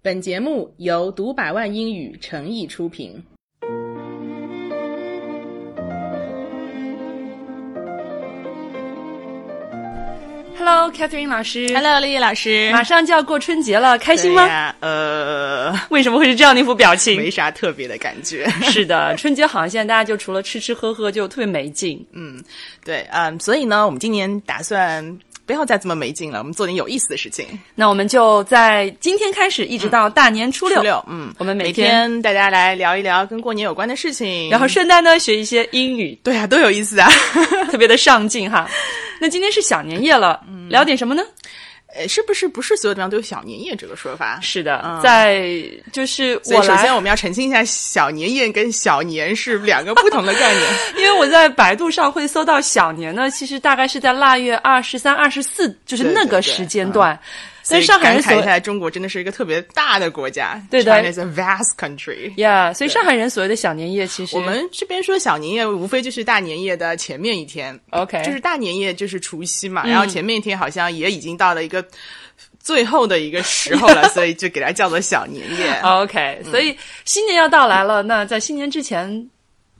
本节目由读百万英语诚意出品。 Hello，Catherine 老师。 Hello，丽丽老师。马上就要过春节了，开心吗？啊、呃，为什么会是这样的一副表情？没啥特别的感觉。 是的，春节好像现在大家就除了吃吃喝喝，就特别没劲。嗯， 对，嗯，所以呢，我们今年打算。不要再这么没劲了，我们做点有意思的事情。那我们就在今天开始，一直到大年初六。初六，嗯，我们每天大家来聊一聊跟过年有关的事情，然后顺带呢学一些英语。对啊，多有意思啊，特别的上进哈。那今天是小年夜了，嗯、聊点什么呢？ 呃，是不是不是所有地方都有小年夜这个说法？是的，嗯、在就是我首先我们要澄清一下，小年夜跟小年是两个不同的概念。 因为我在百度上会搜到小年呢，其实大概是在腊月二十三、二十四，就是那个时间段。对对对嗯所以上海人所谓中国真的是一个特别大的国家，对的，China is a vast country。 Yeah，所以上海人所谓的小年夜，其实我们这边说小年夜，无非就是大年夜的前面一天。 OK，就是大年夜就是除夕嘛，嗯、然后前面一天好像也已经到了一个。最后的一个时候 了，所以就给它叫做小年夜。 OK，、嗯、所以新年要到来了，那在新年之前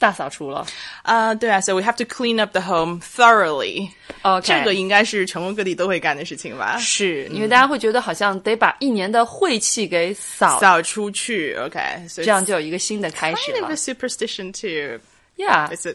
大扫除了啊，uh, 对啊，so we have to clean up the home thoroughly。哦，这个应该是全国各地都会干的事情吧？是因为大家会觉得好像得把一年的晦气给扫扫出去，OK，、so、这样就有一个新的开始了。 Kind of a superstition too. Yeah, it's a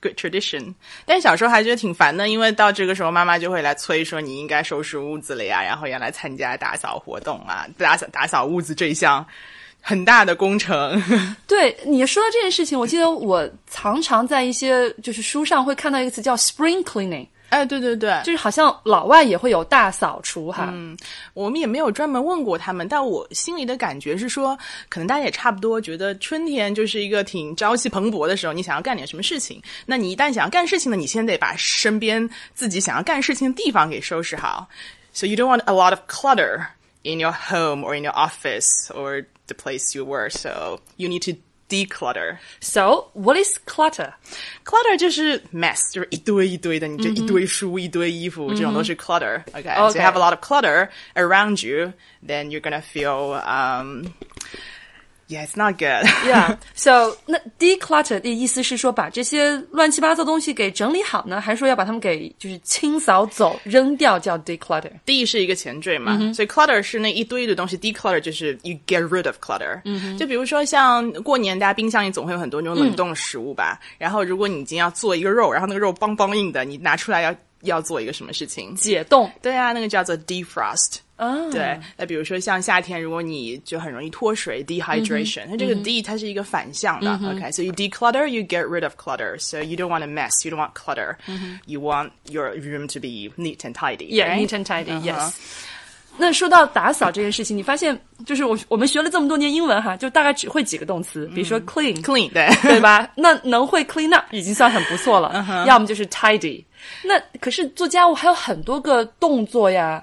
good tradition，但小时候还觉得挺烦的，因为到这个时候妈妈就会来催说你应该收拾屋子了呀，然后要来参加打扫活动啊，打扫打扫屋子这一项很大的工程。 对你说到这件事情，我记得我常常在一些就是书上会看到一个词叫 spring cleaning。哎，对对对，就是好像老外也会有大扫除哈。嗯，我们也没有专门问过他们，但我心里的感觉是说，可能大家也差不多觉得春天就是一个挺朝气蓬勃的时候，你想要干点什么事情，那你一旦想要干事情呢，你先得把身边自己想要干事情的地方给收拾好。So you don't want a lot of clutter in your home or in your office or the place you work. So you need to Declutter. So, what is clutter? Clutter 就是 mess，就是一堆一堆的，你就一堆书、一堆衣服，这种都是 clutter. Okay, so you have a lot of clutter around you, then you're gonna feel um. Yeah, it's not good. yeah. So 那 declutter 的意思是说把这些乱七八糟东西给整理好呢，还是说要把它们给就是清扫走、扔掉叫 declutter？ D 是一个前缀嘛，所以 clutter 是那一堆的东西，declutter 就是 you get rid of clutter。就比如说像过年，大家冰箱里总会有很多那种冷冻食物吧，然后如果你已经要做一个肉，然后那个肉梆梆硬的，你拿出来要要做一个什么事情？解冻。对啊，那个叫做 defrost。啊，对，那比如说像夏天，如果你就很容易脱水 （dehydration），那这嗯个 d 它是一个反向的。OK，so you declutter, you get rid of clutter. So you don't want a mess, you don't want clutter. You want your room to be neat and tidy. Mm-hmm. Yeah, neat and tidy. 嗯 Yes. 那说到打扫这件事情，你发现就是我我们学了这么多年英文哈，就大概只会几个动词，比如说 clean、嗯 clean，对 对吧？那能会 clean up 已经算很不错嗯了，要么就是 tidy。那可是做家务还有很多个动作呀。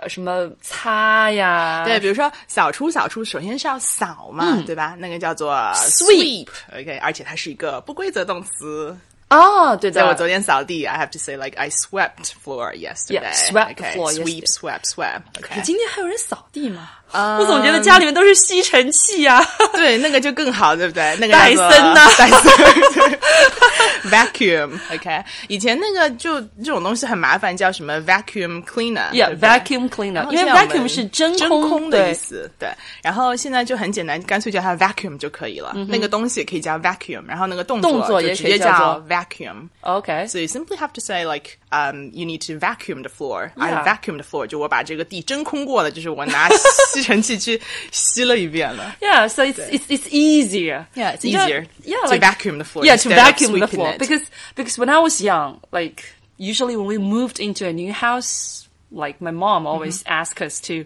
呃，什么擦呀？对，比如说扫除，扫除，首先是要扫嘛，嗯、对吧？那个叫做 sweep，OK，、 okay, 而且它是一个不规则动词。哦，对的。我昨天扫地，I have to say like I swept floor yesterday. Swept floor Sweep, sweep, sweep. 你今天还有人扫地吗？我总觉得家里面都是吸尘器呀。 对，那个就更好，对不对？那个戴森呐， 戴啊 森。Vacuum, OK。以前那个就这种东西很麻烦，叫什么 vacuum cleaner。 Yeah, vacuum cleaner，因为 vacuum 是真空的意思。对。然后现在就很简单，干脆叫它 vacuum 就可以了。那个东西也可以叫 vacuum，然后那个嗯动作就直接叫 vacuum。vacuum. Okay. So you simply have to say like, um, you need to vacuum the floor. Yeah. I vacuum the floor. 就我把这个地真空过了，就是我拿吸尘器去吸了一遍了。 Yeah, so it's it's it's easier. Yeah, it's easier. Yeah, to like, vacuum the floor. Yeah, to vacuum the floor it. because because when I was young, like usually when we moved into a new house, like my mom always Mm-hmm. mm -hmm. asked us to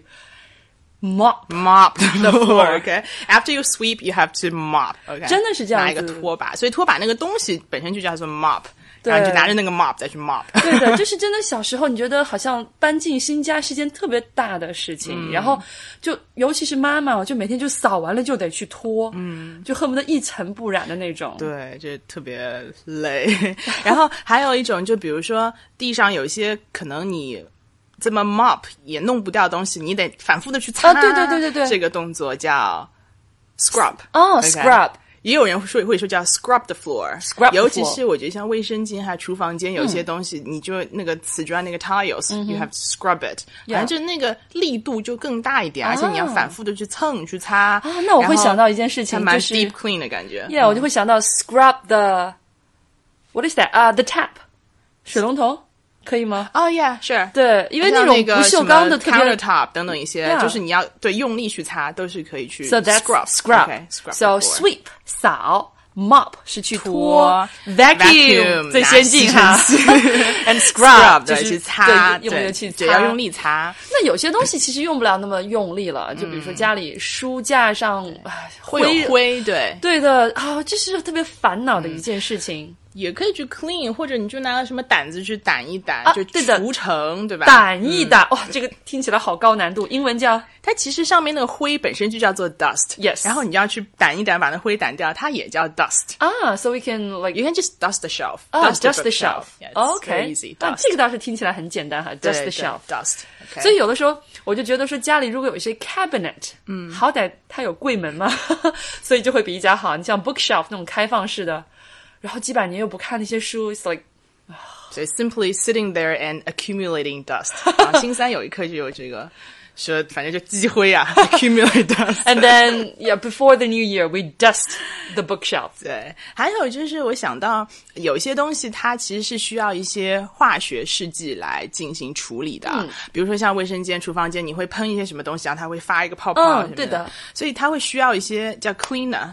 mop mop the floor. Okay, after you sweep, you have to mop. Okay，真的是这样拿一个拖把，所以拖把那个东西本身就叫做 mop。然后你就拿着那个 mop 再去 mop。 对的，就是真的。小时候你觉得好像搬进新家是件特别大的事嗯情，然后就尤其是妈妈，就每天就扫完了就得去拖，嗯，就恨不得一尘不染的那种。对，就特别 累。然后还有一种，就比如说地上有一些可能你。这么 mop 也弄不掉东西，你得反复的去擦。啊对对对对对这个动作叫 scrub。哦 OK ，scrub，也有人说会说叫 scrub the floor。 Scrub the 尤其 floor 是我觉得像卫生间还有厨房间有些东西，你就那个瓷砖那个嗯 tiles，you have to scrub it。反正就那个力度就更大一点，而且你要反复的去蹭去擦。啊那我会想到一件事情还蛮就是 deep 嗯 clean 的感觉。 yeah，我就会想到 scrub the，what is that 啊、t h e tap，水龙头可以吗？哦、yeah，sure。对，因为像那种个不什锈么钢的特别 countertop 等等一些 Yeah 就是你要对用力去擦，都是可以去 So that's scrub scrub. OK, scrub so the floor sweep 扫，mop 是去拖，vacuum， ，vacuum 最先进哈拿吸尘器 ，and scrub 对就，是去擦，对用力地去对，要擦用力擦。那有些东西其实用不了那么用力了，就比如说家里书架上唉会灰有灰，嗯对，对的啊，这是特别烦恼的一件事情。也可以去 clean，或者你就拿个什么掸子去掸一掸，啊就对的除尘，对吧？掸一掸，嗯哇，这个听起来好高难度，英文叫它其实上面那个灰本身就叫做 dust。 Yes 然后你要去掸一掸，把那灰掸掉，它也叫 dust。啊，so we can like You can just dust the shelf. 啊 dust dust the shelf。 OK. OK， Easy. 啊， Dust. 这个倒是听起来很简单哈，dust the shelf。 Dust. OK. 所以有的时候我就觉得说，家里如果有一些 cabinet，嗯，好歹它有柜门嘛， 所以就会比较好。你像 bookshelf 那种开放式的，然后几百年又不看那些书，it's like 所以 simply sitting there and accumulating dust 啊。新三有一课就有这个，说反正就积灰啊，accumulate dust。 and then yeah before the new year we dust the bookshelf。 对，还有就是我想到有一些东西，它其实是需要一些化学试剂来进行处理的，嗯比如说像卫生间、厨房间，你会喷一些什么东西，然后它会发一个泡泡啊嗯什么对的所以它会需要一些叫 cleaner。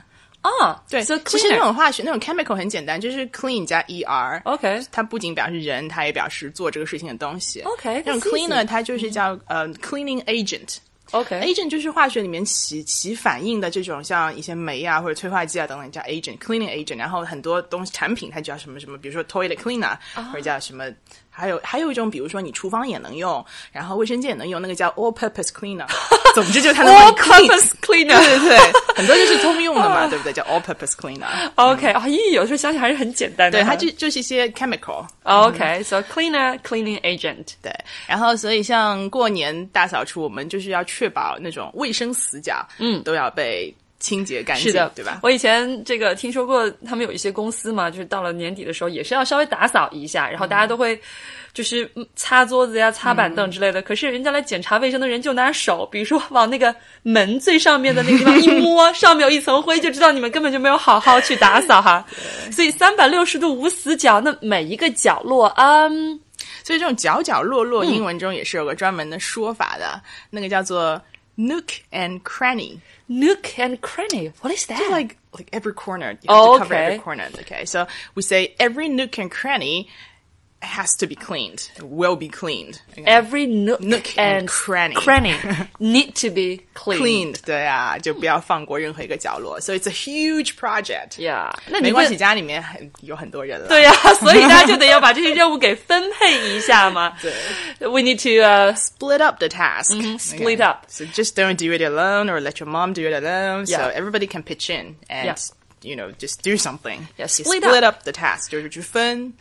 啊，对， ，so 其实那 cleaner。种化学那种 chemical 很简单，就是 clean 加 er。 OK 它不仅表示人，它也表示做这个事情的东西。 OK，那种 that's easy cleaner 它就是叫呃 cleaning agent。 OK， agent 就是化学里面起起反应的这种，像一些酶啊或者催化剂啊等等叫 agent cleaning agent，然后很多东西产品它叫什么什么，比如说 toilet cleaner、或哦者叫什么，还有还有一种，比如说你厨房也能用，然后卫生间也能用，那个叫 all purpose cleaner。总之就是它能帮你 clean All-purpose cleaner 对对对，很多就是通用的哦嘛，对不对？叫 all purpose cleaner。 OK 啊，英语有时候想想还是很简单的对，哈。它就就是一些 chemical。 OK，so cleaner cleaning agent。对，然后所以像过年大扫除，我们就是要确保那种卫生死角，嗯，都要被清洁干净，是的，对吧？我以前这个听说过，他们有一些公司嘛，就是到了年底的时候，也是要稍微打扫一下，然后大家都会就是嗯擦桌子呀、擦板凳之类的。可是人家来检查卫生的人就拿手，比如说往那个门最上面的那个地方一摸，上面有一层灰，就知道你们根本就没有好好去打 扫哈。所以三百六十度无死角，那每一个角落，嗯，所以这种角角落落，英文中也是有个专门的说法的，那个叫做 nook and cranny。 nook and cranny，what is that？ Just like like every corner, you have Oh, to cover every okay. corner. Okay, so we say every nook and cranny has to be cleaned, will be cleaned. Okay. Every nook, Nook and cranny. cranny need to be cleaned. cleaned，对啊，就不要放过任何一个角落。So it's a huge project. Yeah，那你没会关系，家里面很有很多人了。对呀、 所以大家就得要把这些任务给分配一下嘛。 对，We need to、uh, split up the task. Mm-hmm. split up. So just don't do it alone or let your mom do it alone. So Yeah. everybody can pitch in and Yeah. you know just do something. Yeah, You split split up the task 就是去分。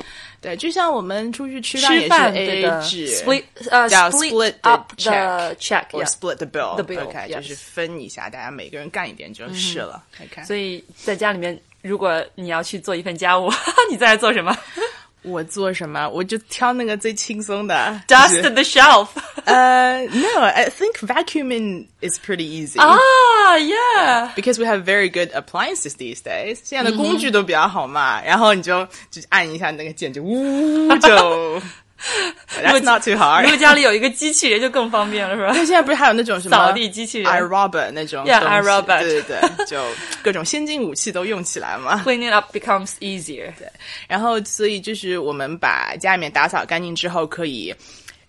对，就像我们出去吃饭也吃是饭 A 对 A 的制，split 呃、叫 split split up the the check， or yeah split the bill. The bill, OK， yes. 就是分一下，大家每个人干一点就是了。OK，所以在家里面，如果你要去做一份家务， 你在做 什么我做什么？我就挑那个最轻松的。就是？Dust the shelf 呃 no, I think vacuuming is pretty easy. 啊、y Ah, e a h Because we have very good appliances these days，现在的工具都比较好嘛，然后你就就按一下那个键，就呜 就，That's not too 如果 hard。家里有一个机器人，就更方便了，是吧 那现在不是还有那种什么扫地机器人 iRobot 那种 Yeah，东西 iRobot 对对 对，就各种先进武器都用起来 嘛。 ？Cleaning up becomes easier。然后，所以就是我们把家里面打扫干净之后，可以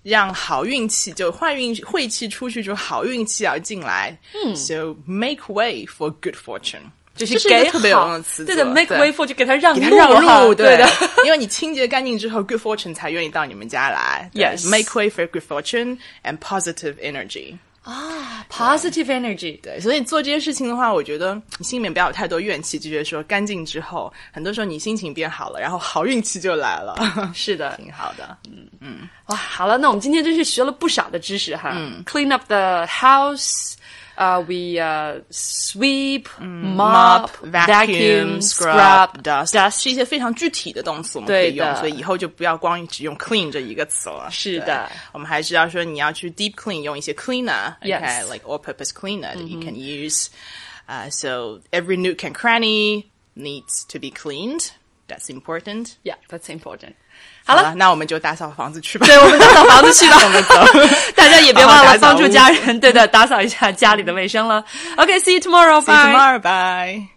让好运气就坏运晦气出去，就好运气要进来。嗯，So make way for good fortune，这就是是一给个特别有用的词组。啊对的，make way for 就给他让给他路哈让路，对的。因为你清洁干净之后，good fortune 才愿意到你们家来。对 Yes make way for good fortune and positive energy。啊，positive energy，对，所以做这些事情的话，我觉得你心里面不要有太多怨气，就觉得说干净之后，很多时候你心情变好了，然后好运气就来了， 是 的，挺好的。哇，好了，那我们今天真是学了不少的知识哈。Clean up the house. Uh, we uh, sweep, mop, vacuum, 嗯 scrub, dust, dust 是一些非常具体的动词，我们可对以用，的所以以后就不要光只用 clean 这一个词了。是对的，我们还是要说你要去 deep clean，用一些 cleaner，OK，like、 Yes Mm-hmm。 all-purpose cleaner that you can use. Uh, so every nook and cranny needs to be cleaned. That's important. Yeah, that's important. 好好了了，，那我们就打扫房子去吧。对， 我们打扫房子去了， 我们走。大家也别忘好好打了扫帮助家人，对的，打扫一下家里的卫生了。OK，see、you 嗯 tomorrow， See you tomorrow. Bye.